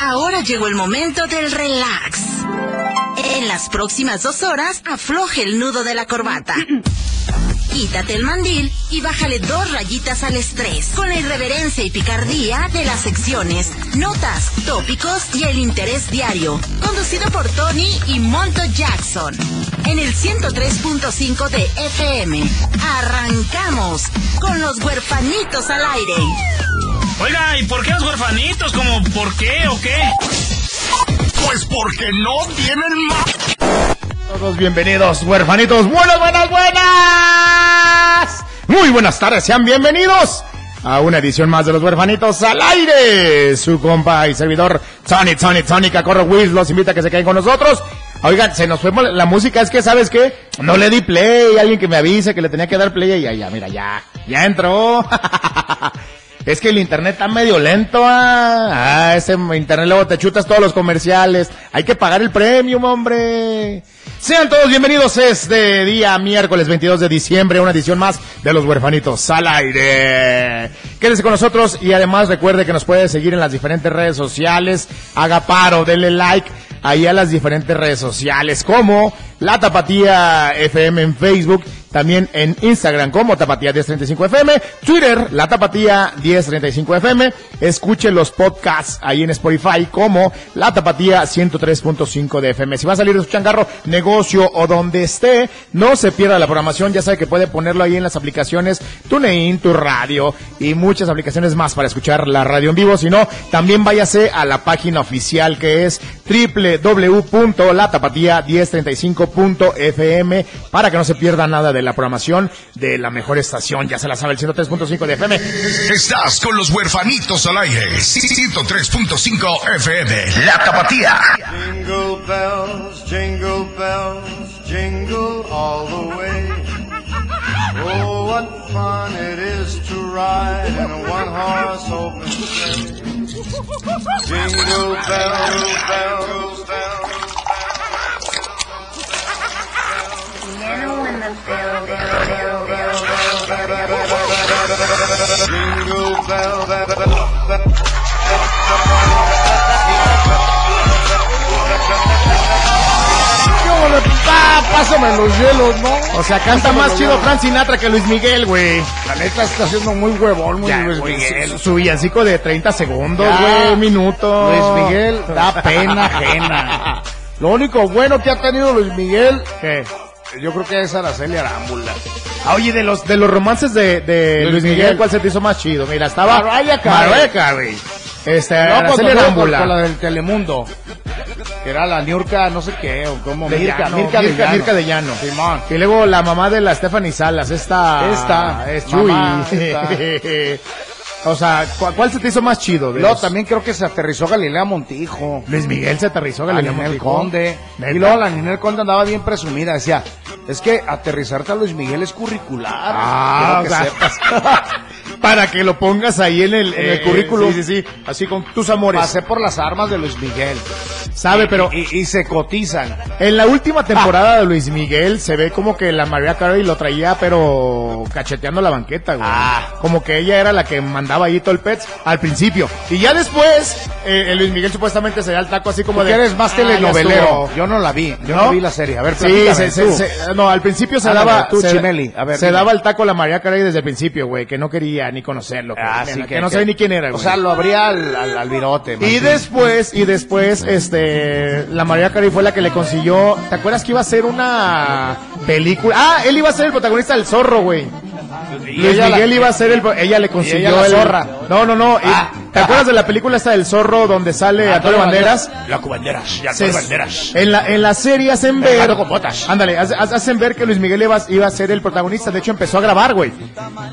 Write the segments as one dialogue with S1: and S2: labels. S1: Ahora llegó el momento del relax. En las próximas dos horas, afloje el nudo de la corbata. Quítate el mandil y bájale dos rayitas al estrés con la irreverencia y picardía de las secciones, notas, tópicos y el interés diario, conducido por Tony y Monto Jackson. En el 103.5 de FM, arrancamos con los huerfanitos al aire.
S2: Oiga, ¿y por qué los huerfanitos? ¿Como por qué o qué?
S3: Pues porque no tienen más.
S4: Todos bienvenidos, huerfanitos. Buenas, buenas, buenas. Muy buenas tardes, sean bienvenidos a una edición más de los huerfanitos al aire. Su compa y servidor, Tony, Tony, Tony, Cacorro Wiz, los invita a que se queden con nosotros. Oigan, se nos fue mol- la música, es que, ¿sabes qué? No le di play, alguien que me avise que le tenía que dar play, ya, ya, mira, ya, ya entró. Es que el internet está medio lento, ah, Ah, ese internet luego te chutas todos los comerciales. Hay que pagar el premium, hombre. Sean todos bienvenidos este día miércoles 22 de diciembre a una edición más de Los Huerfanitos al aire. Quédese con nosotros y además recuerde que nos puede seguir en las diferentes redes sociales. Haga paro, denle like ahí a las diferentes redes sociales como La Tapatía FM en Facebook, también en Instagram como Tapatía 1035 FM, Twitter La Tapatía 1035 FM, escuche los podcasts ahí en Spotify como La Tapatía 103.5 de FM. Si va a salir de su changarro, negocio o donde esté, no se pierda la programación, ya sabe que puede ponerlo ahí en las aplicaciones TuneIn, Tu Radio y muchas aplicaciones más para escuchar la radio en vivo, si no, también váyase a la página oficial que es www.latapatía1035.fm para que no se pierda nada de la programación de la mejor estación. Ya se la sabe el 103.5 de FM.
S3: Estás con los huerfanitos al aire. 103.5 FM. La tapatía.
S5: Jingle bells, jingle bells, jingle all the way. Oh, what fun it is to ride in a one-horse open sleigh. Jingle bells, bells, bells. Jingle bell, bell, bell, bell.
S6: Ah,
S4: Pásame los hielos, ¿no? O sea, canta más chido Fran Sinatra que Luis Miguel, güey.
S6: La neta está siendo muy huevón, muy
S4: Ya,
S6: Luis
S4: güey,
S6: Miguel.
S4: su- Su villancico de 30 segundos,
S6: Ya.
S4: güey, un minuto.
S6: Luis Miguel da pena ajena. Lo único bueno que ha tenido Luis Miguel,
S4: ¿Qué?
S6: yo creo que es Araceli Arámbula.
S4: Ah, oye, de los, de los romances de, de Luis,
S6: Luis
S4: Miguel,
S6: Miguel,
S4: ¿cuál se te hizo más chido? Mira, estaba
S6: Mariah Carey.
S4: Mariah Carey. Este,
S6: No,
S4: Araceli
S6: pues no, con,
S4: Arámbula.
S6: con la del Telemundo. Que era la Niurka, no sé qué, o como
S4: De
S6: Mirka,
S4: Llano,
S6: Mirka,
S4: Mirka-
S6: de
S4: Mirka de Llano.
S6: Llano. Simón.
S4: Y luego la mamá de la Stephanie Salas, esta.
S6: Esta,
S4: Es Chuy.
S6: mamá, esta.
S4: o sea, ¿cu- ¿cuál, se te hizo más chido? de
S6: Luego
S4: los-
S6: también creo que se aterrizó Galilea Montijo.
S4: Luis Miguel se aterrizó,
S6: La
S4: Galilea
S6: Ninel
S4: Montijo.
S6: Conde.
S4: Neta.
S6: Y luego la Ninel Conde andaba bien presumida. Decía, es que aterrizarte a Luis Miguel es curricular.
S4: Ah,
S6: Quiero
S4: o sea,
S6: que sepas.
S4: Para que lo pongas ahí en el, eh,
S6: En el currículum.
S4: Sí, sí, sí. Así con tus amores.
S6: Pasé por las armas de Luis Miguel.
S4: Sabe, pero
S6: Y, y se cotizan.
S4: en la última temporada de Luis Miguel se ve como que la María Carey lo traía, pero cacheteando la banqueta, güey.
S6: Ah.
S4: Como que ella era la que mandaba ahí todo el pets al principio. Y ya después, eh, el Luis Miguel supuestamente se da el taco así como
S6: Porque
S4: de.
S6: eres más
S4: "Ah, ya
S6: telenovelero.
S4: estuvo".
S6: Yo no la vi. Yo
S4: ¿No?
S6: no, vi la serie. A ver,
S4: Sí,
S6: platícame,
S4: se- se-
S6: tú.
S4: se- no, al principio se
S6: Ándale,
S4: daba,
S6: tú,
S4: se,
S6: Chinelli. A ver,
S4: se
S6: dime.
S4: daba el taco a la María Carey desde el principio, güey, que no quería ni conocerlo, güey,
S6: Ah, sí,
S4: nena, que, no sabía ni quién era,
S6: O
S4: güey.
S6: sea, lo abría al, al, al virote. más
S4: Y
S6: bien.
S4: después, y después, este, la María Carey fue la que le consiguió, ¿te acuerdas que iba a ser una película? Ah, él iba a ser el protagonista del zorro, güey. Luis
S6: ella la-
S4: Miguel iba a ser el, pro- ella le consiguió
S6: ella la
S4: el-
S6: zorra.
S4: No, no, no. y-
S6: Ah.
S4: ¿Te acuerdas de la película esta del zorro donde sale Ah, Antonio Banderas?
S6: La Cubanderas. La
S4: Se-
S6: Cubanderas.
S4: en la, en la serie hacen ver.
S6: gato con botas.
S4: Ándale, hace- hace- hacen ver que Luis Miguel iba, iba a ser el protagonista. De hecho, empezó a grabar, güey.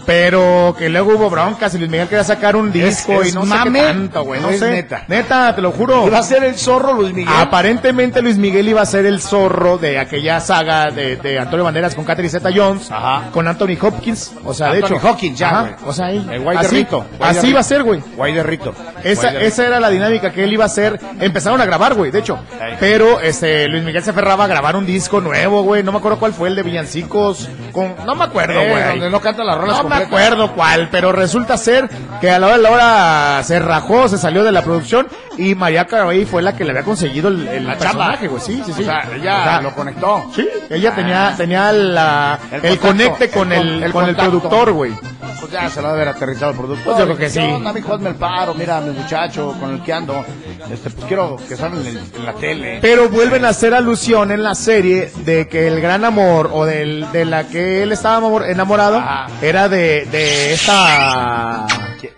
S4: Pero que luego hubo broncas y Luis Miguel quería sacar un disco
S6: es
S4: y no
S6: mame
S4: sé qué tanto, güey. No
S6: o es
S4: sé.
S6: neta?
S4: Neta, te lo juro.
S6: Iba a ser el zorro Luis Miguel.
S7: Ah,
S4: Aparentemente Luis Miguel iba a ser el zorro de aquella saga de, de Antonio Banderas con Catherine Zeta Jones,
S6: Ajá.
S4: con Anthony Hopkins, o sea, de
S6: Anthony
S4: hecho.
S6: Hopkins, ya,
S4: Ajá,
S6: güey.
S4: O sea, ahí.
S6: El Guay de
S4: así,
S6: Rito, Guay de
S4: así
S6: Rito.
S4: iba a ser, güey.
S6: Guay de
S7: perrito.
S4: Esa, esa era la dinámica que él iba a hacer. Empezaron a grabar, güey, de hecho. Pero este Luis Miguel se aferraba a grabar un disco nuevo, güey. No me acuerdo cuál fue el de Villancicos. Con... No me acuerdo,
S7: Eh,
S4: güey.
S7: donde no canta las rolas
S4: No me
S7: completas.
S4: acuerdo cuál, pero resulta ser que a la hora de la hora se rajó, se salió de la producción y María Carey fue la que le había conseguido el, el personaje, güey. Sí, sí, sí.
S7: O sea, ella
S4: O sea,
S7: lo conectó.
S4: Sí, ella tenía, tenía la, el,
S7: El contacto,
S4: conecte con
S7: el
S4: el,
S7: con- el
S4: con el
S7: contacto.
S4: productor, güey.
S7: Pues ya se lo ha de haber aterrizado el producto.
S4: Pues yo creo que sí.
S7: No, mijo, hazme el paro, mira, mi muchacho con el que ando. Este, pues quiero que salgan en, en la tele.
S4: Pero vuelven a hacer alusión en la serie de que el gran amor o del, de la que él estaba amor- enamorado
S7: Ah.
S4: era de, de esta.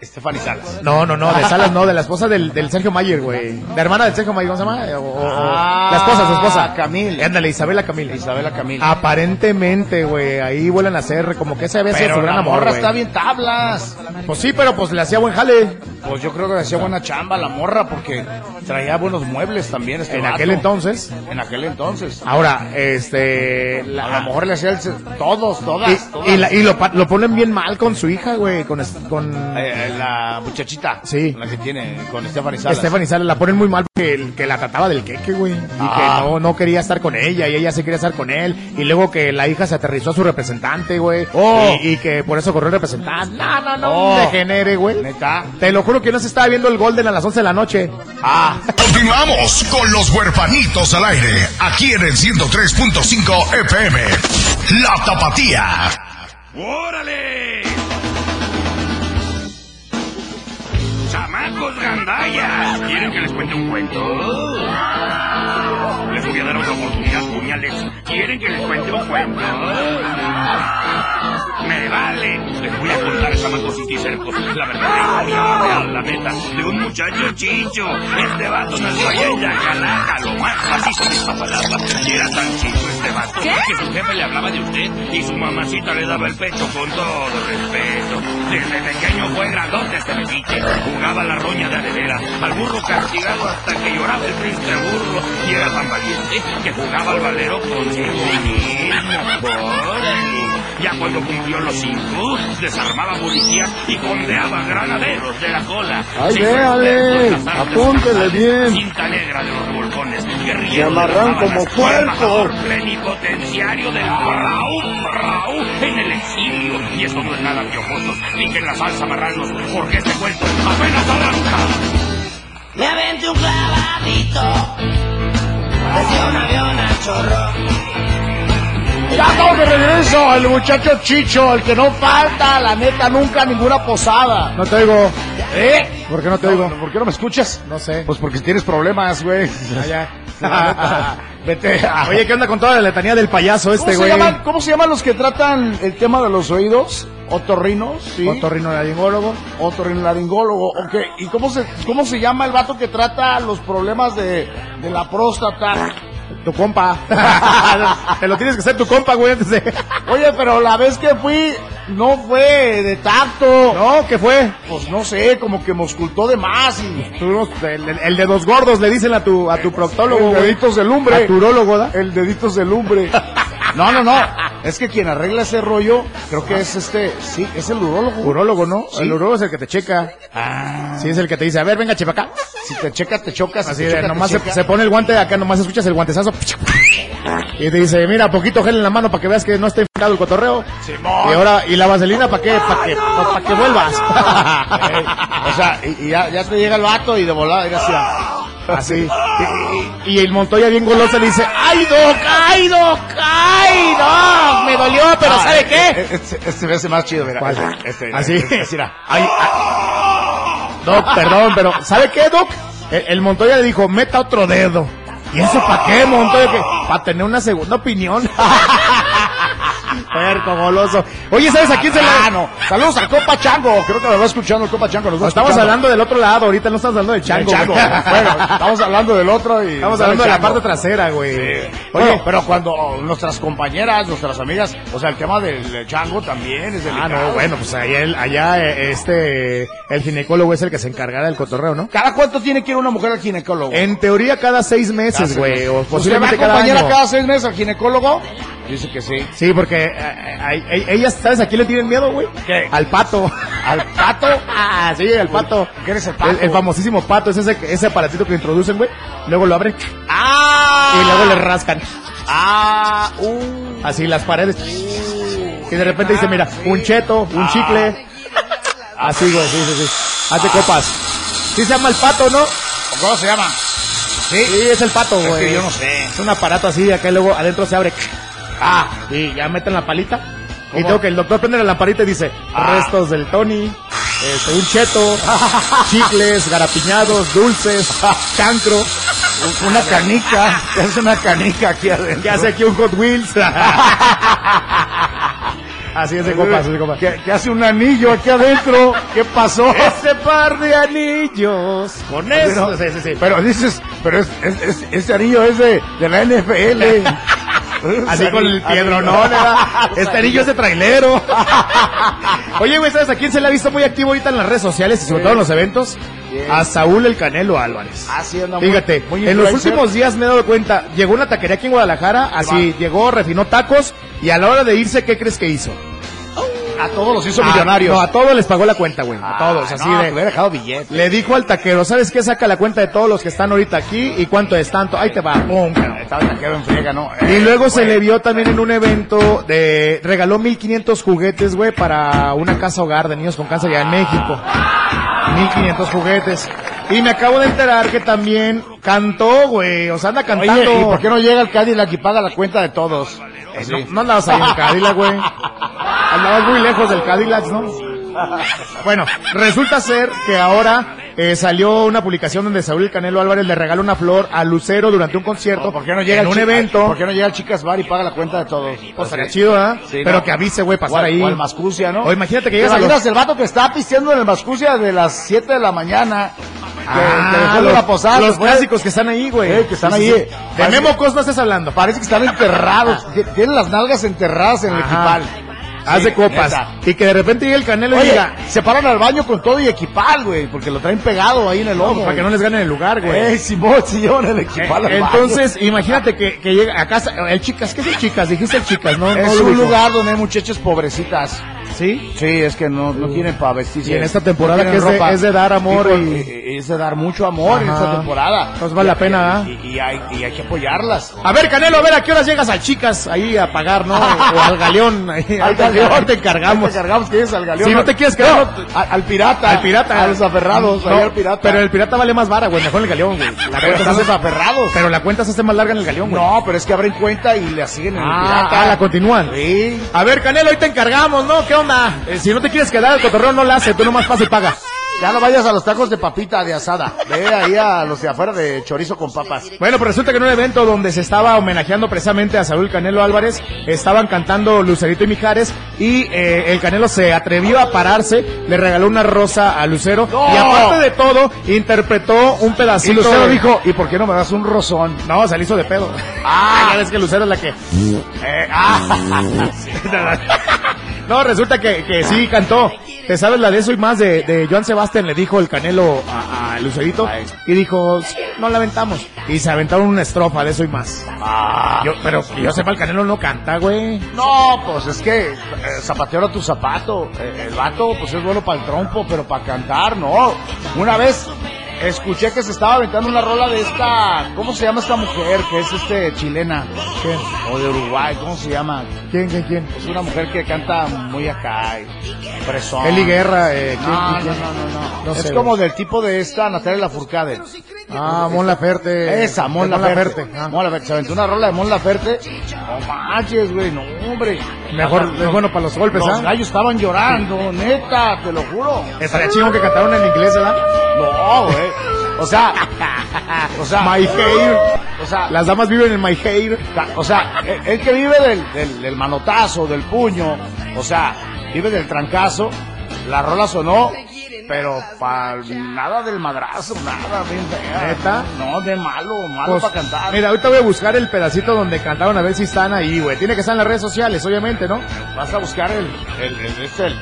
S7: Estefany Salas.
S4: No, no, no, de Salas no, de la esposa del, del Sergio Mayer, güey. La hermana del Sergio Mayer, ¿cómo se llama? O- o- o-
S7: Ah,
S4: la esposa, su esposa.
S7: Camil.
S4: Ándale, Isabela Ah, Camil.
S7: Isabela Camil.
S4: Aparentemente, güey, ahí vuelven a hacer como que ese había sido su
S7: Pero
S4: gran
S7: la
S4: amor.
S7: morra
S4: güey.
S7: está bien tablas.
S4: Pues sí, pero pues le hacía buen jale.
S7: Pues yo creo que hacía buena chamba la morra porque traía buenos muebles también. Este
S4: En
S7: vato.
S4: aquel entonces.
S7: En aquel entonces.
S4: Ahora, este. la-
S7: A lo mejor le hacía el se- todos, todas. todas.
S4: Y, y la- y lo, pa- lo ponen bien mal con su hija, güey. Con, es- con
S7: Eh, eh, la muchachita.
S4: Sí.
S7: La que tiene con Stephanie Salas.
S4: Stephanie Sala. La ponen muy mal porque el- que la trataba del queque, güey. Y
S7: Ah.
S4: que no, no quería estar con ella y ella sí quería estar con él. Y luego que la hija se aterrizó a su representante, güey.
S7: Oh.
S4: Y, y que por eso corrió el representante. No, no, no.
S7: Oh.
S4: te genere, güey.
S7: Neta.
S4: Te lo juro que no se estaba viendo el Golden a las 11 de la noche.
S7: Ah.
S8: Continuamos con los huerfanitos al aire, aquí en el 103.5 FM. La Tapatía.
S2: ¡Órale! ¡Chamacos gandallas! ¿Quieren que les cuente un cuento? Les voy a dar otra oportunidad, puñales. ¿Quieren que les cuente un cuento? ¡Me vale! Les voy a contar, chamacos y cercos, la verdadera historia real, la neta, de un muchacho chicho. Este vato nació allá en Yacalaca, lo más macizo de Iztapalapa. Y era tan chicho este vato que su jefe le hablaba de usted y su mamacita le daba el pecho con todo respeto. Desde pequeño fue grandote este metiche. Jugaba la roña de arenera, al burro castigado hasta que lloraba el triste burro. Y era tan valiente que jugaba al valero consigo mismo. ¡Órale! Ya cuando cumplió los cinco, desarmaba policías y condeaba granaderos de la cola.
S7: Ay,
S2: Sí fue
S7: véale,
S2: experto en las artes
S7: apúntele
S2: marciales,
S7: bien.
S2: Cinta negra de los volcones, guerrillero
S7: Se amarran como puerco.
S2: plenipotenciario del Raúl, Raúl, en el exilio. Y eso no es nada, piojosos, ni que en la salsa marranos, porque este cuento apenas arranca.
S9: Me aventé un clavadito desde un avión al chorro.
S7: Ya estamos de regreso, el muchacho Chicho, el que no falta, la neta, nunca ninguna posada.
S4: No te oigo.
S7: ¿Eh?
S4: ¿Por qué no te
S7: No,
S4: oigo?
S7: ¿Por qué no me escuchas? Ah,
S4: No sé.
S7: Pues porque tienes problemas, güey. Vete. a-
S4: Oye, ¿qué onda con toda la letanía del payaso
S7: ¿Cómo,
S4: este,
S7: se
S4: güey?
S7: llaman, ¿Cómo se llaman los que tratan el tema de los oídos? ¿Otorrinos? Sí.
S4: Otorrinolaringólogo.
S7: Otorrinolaringólogo, ok. ¿Y cómo se, cómo se llama el vato que trata los problemas de, de la próstata?
S4: Tu compa. Te lo tienes que hacer tu compa, güey. antes de-
S7: Oye, pero la vez que fui, no fue de tacto.
S4: No, ¿qué fue?
S7: Pues no sé, como que me auscultó de más y...
S4: Tuvimos El, el- el de dos gordos le dicen a tu, a tu proctólogo,
S7: El
S4: güey.
S7: deditos del lumbre.
S4: A tu urólogo, ¿da?
S7: El deditos de lumbre. No, no, no. Es que quien arregla ese rollo, creo que es este, sí, es el urólogo.
S4: Urólogo, ¿no?
S7: Sí.
S4: El urólogo es el que te checa.
S7: Ah.
S4: Sí, es el que te dice, a ver, venga, chepa acá.
S7: Si te checas, te chocas. si
S4: Así
S7: te
S4: de,
S7: chocas, te
S4: nomás se,
S7: chocas.
S4: se pone el guante acá, nomás escuchas el guantezazo. Y te dice, mira, poquito gel en la mano para que veas que no esté enfocado el cotorreo.
S7: Simón.
S4: Y ahora, ¿y la vaselina para qué? Para que, para que vuelvas.
S7: Ey, o sea, y, y ya, ya te llega el vato y de volada, y así. ah.
S4: Así. Y, y- y el Montoya bien goloso le dice, ¡ay, Doc! ¡Ay, Doc! ¡Ay, Doc! Me dolió, pero
S7: Ah,
S4: ¿sabe qué?
S7: eh, Este, este me hace más chido, mira.
S4: ¿Cuál?
S7: Este, este,
S4: Así.
S7: este, así, mira.
S4: Ay, ay. Doc, perdón, pero ¿sabe qué, Doc? El, el Montoya le dijo, meta otro dedo. ¿Y eso para qué, Montoya? Para tener una segunda opinión. Puerco goloso. Oye, ¿sabes a quién se
S7: Ah,
S4: la...
S7: no. Saludos al Copa Chango. Creo que me va escuchando el Copa Chango. Nos va
S4: Estamos
S7: escuchando.
S4: hablando del otro lado, ahorita no estamos hablando del chango.
S7: Del chango.
S4: güey.
S7: bueno, estamos hablando del otro y.
S4: Estamos hablando de la
S7: chango.
S4: parte trasera, güey. Oye,
S7: Oye, pero cuando nuestras compañeras, nuestras amigas, o sea, el tema del chango también es delicado.
S4: Ah, no, bueno, pues ahí el- allá eh, este, el ginecólogo es el que se encargará del cotorreo, ¿no?
S7: ¿Cada cuánto tiene que ir una mujer al ginecólogo?
S4: En teoría cada seis meses, güey, o
S7: ¿Usted va a
S4: posiblemente cada
S7: acompañar
S4: año.
S7: a cada seis meses al ginecólogo? Dice que sí.
S4: Sí, porque eh, eh, eh, ellas, ¿sabes a quién le tienen miedo, güey?
S7: ¿Qué?
S4: Al pato. ¿Al pato? Ah, sí, al pato.
S7: ¿Qué eres el pato?
S4: El, famosísimo pato, es ese, ese aparatito que introducen, güey. Luego lo abren
S7: ¡Ah!
S4: y luego le rascan.
S7: ¡Ah! ¡Uh!
S4: Así las paredes. Y de repente dice, mira, un cheto, un
S7: Ah.
S4: chicle. Así, güey, sí, sí, sí. Hace copas. Sí se llama el pato, ¿no?
S7: ¿Cómo se llama?
S4: Sí, es el pato,
S7: Es
S4: güey.
S7: que yo no sé.
S4: Es un aparato así, de acá y luego adentro se abre. Ah, y ya meten la palita. Y
S7: ¿Cómo?
S4: tengo que el doctor prende la lamparita y dice,
S7: Ah.
S4: restos del Tony, este, un cheto, chicles, garapiñados, dulces, chancro.
S7: Una canica. Es una canica aquí adentro.
S4: ¿Qué hace aquí un Hot Wheels? así es de copas, así de copas.
S7: ¿Qué, qué hace un anillo aquí adentro? ¿Qué pasó?
S4: Ese par de anillos. Con eso.
S7: Pero-
S4: Sí, sí, sí.
S7: Pero dices, pero es, es- es- este anillo es de, de la NFL.
S4: Así con el piedro, no, le da. Este anillo es de trailero. Oye, güey, ¿sabes a quién se le ha visto muy activo ahorita en las redes sociales y sobre todo en los eventos? A Saúl el Canelo Álvarez.
S7: Así Ah, anda muy-
S4: Fíjate,
S7: muy
S4: en los
S7: influencer.
S4: últimos días me he dado cuenta, llegó una taquería aquí en Guadalajara, así llegó, refinó tacos y a la hora de irse, ¿qué crees que hizo?
S7: A todos los hizo
S4: Ah,
S7: millonarios.
S4: No, a todos les pagó la cuenta, güey. A todos,
S7: Ah,
S4: así
S7: no,
S4: de.
S7: que hubiera dejado billete.
S4: Le dijo al taquero, ¿sabes qué? Saca la cuenta de todos los que están ahorita aquí y cuánto es tanto. Ahí te va. Pum, cabrón.
S7: Estaba el taquero en friega, ¿no?
S4: Y
S7: Eh,
S4: luego se
S7: güey.
S4: le vio también en un evento de regaló 1500 juguetes, güey, para una casa hogar de niños con cáncer ya en México. 1500 juguetes. Y me acabo de enterar que también cantó, güey, o sea, anda
S7: Oye,
S4: cantando.
S7: ¿y por qué no llega el Cadillac y paga la cuenta de todos?
S4: Eh, No, no andabas ahí en el Cadillac, güey. Andabas muy lejos del Cadillac, ¿no? Bueno, resulta ser que ahora eh, salió una publicación donde Saúl el Canelo Álvarez le regaló una flor a Lucero durante un concierto.
S7: ¿Por qué no
S4: en
S7: llega el
S4: un
S7: chi-
S4: evento?
S7: ¿Por qué no llega el Chicas Bar y paga la cuenta de todos?
S4: Pues estaría chido, ¿ah?
S7: Sí,
S4: Pero
S7: no.
S4: que avise, güey, pasar
S7: O al-
S4: ahí.
S7: O al Mascucia, ¿no?
S4: O imagínate que
S7: ¿Te
S4: llegas a los-
S7: imaginas el vato que está pisteando en el Mascucia de las 7 de la mañana. Que,
S4: Ah,
S7: que dejó de
S4: los-
S7: la posada.
S4: Los
S7: se fue.
S4: clásicos que están ahí, güey.
S7: Sí, que están ahí.
S4: De
S7: Parece-
S4: Memo Cos no estás hablando. Ah.
S7: Parece que están enterrados. Tie- Tienen las nalgas enterradas en el
S4: Ajá.
S7: equipal.
S4: Hace
S7: Sí,
S4: copas.
S7: neta.
S4: Y que de repente llegue el Canelo y
S7: Oye,
S4: diga,
S7: se paran al baño con todo y equipal, güey, porque lo traen pegado ahí en el lomo.
S4: para que no les ganen el lugar, güey.
S7: Ey, Simón, Simón, el
S4: Eh,
S7: equipal. al baño.
S4: Entonces, imagínate que, que llega a casa, el chicas, ¿qué es el chicas? Dijiste el chicas, ¿no? no
S7: es
S4: lo
S7: un
S4: ubico.
S7: lugar donde hay muchachas pobrecitas.
S4: ¿Sí?
S7: Sí, es que no, no tienen para vestirse.
S4: Y en esta temporada
S7: No
S4: que es de-
S7: tienen ropa.
S4: es de dar amor
S7: Hijo,
S4: y-
S7: eh, eh, es de dar mucho amor en
S4: Ajá.
S7: esta temporada.
S4: Entonces vale
S7: Y-
S4: la pena, ¿ah?
S7: Y, y hay, y hay que apoyarlas.
S4: A ver, Canelo, a ver a qué horas llegas al chicas ahí a pagar, ¿no? o al galeón. Ahí, ahí te- ahí te encargamos.
S7: Ahí Te encargamos, tienes al galeón.
S4: Pues, Si no te quieres quedar, no,
S7: al, al pirata.
S4: Al pirata.
S7: A los aferrados.
S4: No,
S7: ahí al pirata.
S4: Pero el pirata vale más vara, güey. Mejor el galeón, güey. La
S7: Pero
S4: cuenta se
S7: están
S4: hace-
S7: desaferrados.
S4: pero la cuenta se hace más larga en el galeón, güey.
S7: No, pero es que abren cuenta y la siguen en el
S4: Ah,
S7: pirata.
S4: ah, la continúan.
S7: Sí.
S4: A ver, Canelo, hoy te encargamos, ¿no? ¿Qué onda? Eh, si no te quieres quedar, el cotorreo no la hace. Tú nomás pasa y paga.
S7: Ya no vayas a los tacos de papita de asada. Ve ahí a los de afuera de chorizo con papas.
S4: Bueno, pero resulta que en un evento donde se estaba homenajeando precisamente a Saúl Canelo Álvarez, estaban cantando Lucerito y Mijares y eh, el Canelo se atrevió a pararse, le regaló una rosa a Lucero
S7: ¡No!
S4: y aparte de todo interpretó un pedacito.
S7: Y Lucero
S4: de-
S7: dijo, ¿y por qué no me das un rozón?
S4: No, se le hizo de pedo. Ah, ya ves que Lucero es la que.
S7: Eh, ah,
S4: No, resulta que, que sí cantó. ¿Te sabes la de eso y más de, de Joan Sebastián? Le dijo el Canelo a, a Lucerito y dijo, "Sí, no la aventamos. Y se aventaron una estrofa de eso y más. Yo- pero que yo sepa, el Canelo no canta, güey.
S7: Ah. No, pues es que eh, zapatero a tu zapato. Eh, el vato, pues es bueno para el trompo, pero para cantar, no. Una vez escuché que se estaba aventando una rola de esta. ¿Cómo se llama esta mujer? Que es este chilena. O de Uruguay, ¿cómo se llama?
S4: ¿Quién, quién, quién?
S7: Es una mujer que canta muy acá. y Fresón.
S4: Eli Guerra, eh, ¿quién,
S7: No, no,
S4: quién, quién?
S7: no, no, no.
S4: No
S7: es
S4: sé,
S7: como del tipo de esta Natalia Lafourcade.
S4: Ah, Mon Laferte.
S7: Esa, Mon
S4: De
S7: Laferte.
S4: Ah.
S7: Mon Laferte. Se aventó una rola de Mon Laferte. No manches, güey, no, hombre.
S4: Mejor,
S7: Hasta-
S4: es bueno para los golpes,
S7: Los
S4: ¿ah?
S7: gallos estaban llorando, neta, te lo juro.
S4: Estaría chido que cantaron en inglés, ¿verdad?
S7: No, güey. O sea, o sea,
S4: My Hair.
S7: o sea,
S4: Las damas viven en My Hair.
S7: ca- o sea, el, el que vive del, del- del manotazo, del puño, o sea, vive del trancazo, la rola sonó, pero para nada del madrazo, nada, bien fea.
S4: ¿Neta?
S7: Ah, No, de malo, malo
S4: Pues,
S7: para cantar.
S4: Mira, ahorita voy a buscar el pedacito donde cantaron a ver si están ahí, güey. Tiene que estar en las redes sociales, obviamente, ¿no?
S7: Vas a buscar el, el, el- este, el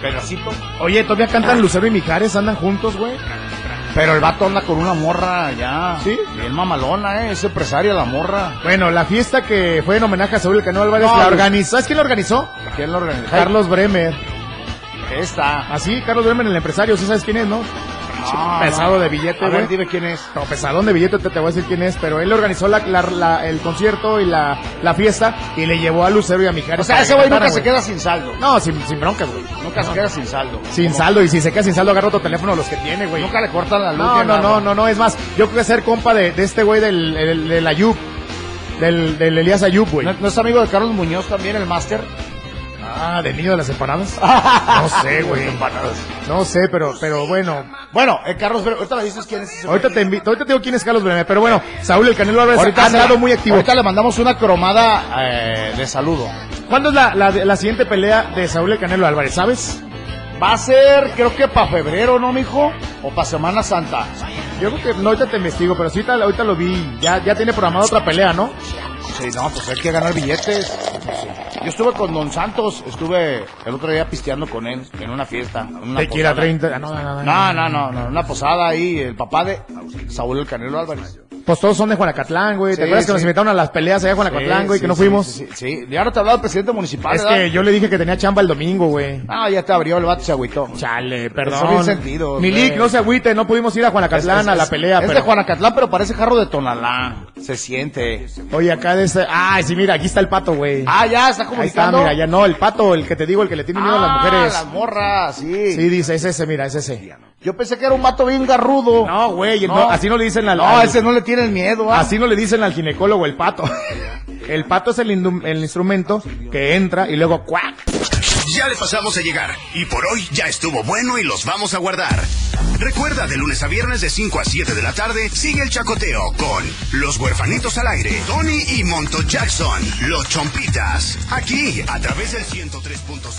S7: pedacito.
S4: Oye, todavía cantan Lucero y Mijares, andan juntos, güey.
S7: Pero el vato anda con una morra ya.
S4: ¿Sí?
S7: Bien mamalona, ¿eh? Es empresaria la morra.
S4: Bueno, la fiesta que fue en homenaje a Saúl El Canelo Álvarez
S7: No,
S4: la
S7: güey.
S4: organizó. ¿Sabes quién la organizó?
S7: ¿Quién lo organizó?
S4: Carlos Bremer.
S7: Esta.
S4: Así, Carlos Bremer, el empresario. ¿Sí sabes quién es, no?
S7: Ah,
S4: pesado de billete,
S7: A
S4: güey.
S7: ver, dime quién es.
S4: No, pesadón de billete, te, te voy a decir quién es, pero él organizó la- la- la- el concierto y la, la fiesta y le llevó a Lucero y a Mijares.
S7: O sea,
S4: para
S7: ese
S4: que
S7: güey nunca
S4: cantaran,
S7: se queda sin saldo.
S4: No, sin, sin broncas, güey.
S7: Nunca se queda sin saldo.
S4: Sin
S7: Como-
S4: saldo, y si se queda sin saldo, agarra otro teléfono los que tiene, güey.
S7: Nunca le cortan la luz.
S4: No,
S7: ni
S4: no,
S7: nada.
S4: no, no, no, es más, yo creo que ser compa de, de este güey del, del, del Ayub, del, del Elías Ayub, güey.
S7: ¿No, no es amigo de Carlos Muñoz también, el máster?
S4: Ah, del niño de las empanadas. No sé, güey. No sé, pero, pero bueno.
S7: Bueno, eh, Carlos, pero ahorita me dices quién es ese
S4: Ahorita te invito, ahorita te digo quién es Carlos Bremer, pero bueno, Saúl el Canelo Álvarez
S7: Ahorita
S4: ha
S7: se-
S4: andado muy activo.
S7: Ahorita le mandamos una cromada eh, de saludo.
S4: ¿Cuándo es la, la, la siguiente pelea de Saúl el Canelo Álvarez, sabes?
S7: Va a ser, creo que para febrero, ¿no, mijo? O para Semana Santa.
S4: Yo creo que no, ahorita te investigo, pero sí, ahorita, ahorita lo vi, ya, ya tiene programada otra pelea, ¿no?
S7: Sí, no, pues hay que ganar billetes. Yo estuve con Don Santos, estuve el otro día pisteando con él en una fiesta. en una
S4: Tequila
S7: posada.
S4: 30, ah, no, no, no, no.
S7: No, no, no, no, una posada ahí, el papá de Saúl el Canelo Álvarez.
S4: Pues todos son de Juanacatlán, güey, ¿te
S7: Sí,
S4: acuerdas
S7: sí.
S4: que nos invitaron a las peleas allá a Juanacatlán, güey, que
S7: Sí, sí,
S4: no
S7: sí,
S4: fuimos?
S7: Sí, sí, sí. Y ahora te hablaba el presidente municipal.
S4: Es
S7: Ah, ¿verdad?
S4: que yo le dije que tenía chamba el domingo, güey.
S7: Ah, ya te abrió el vato, se agüitó.
S4: Chale,
S7: Son bien sentidos,
S4: Milik,
S7: güey.
S4: no se agüite, no pudimos ir a Juanacatlán
S7: Es-
S4: a la
S7: es-
S4: pelea,
S7: Es
S4: pero...
S7: de Juanacatlán, pero parece jarro de Tonalá. Se siente.
S4: Oye, acá de este... Ay, sí, mira, aquí está el pato, güey.
S7: Ah, ya, está
S4: Ahí está,
S7: comunicando.
S4: mira, ya no, el pato, el que te digo, el que le tiene miedo
S7: Ah,
S4: a las mujeres.
S7: las morras, sí.
S4: Sí, dice, es ese, mira, es ese.
S7: Yo pensé que era un vato bien garrudo.
S4: No, güey,
S7: No.
S4: no, así no le dicen al...
S7: No, a
S4: al-
S7: ese no le tiene el miedo. ¿ah?
S4: Así no le dicen al ginecólogo el pato. El pato es el, indum- el instrumento que entra y luego cuac.
S3: Ya le pasamos a llegar y por hoy ya estuvo bueno y los vamos a guardar. Recuerda de lunes a viernes de 5 a 7 de la tarde, sigue el chacoteo con Los Huerfanitos al Aire, Tony y Monto Jackson, Los Chompitas, aquí a través del 103.5.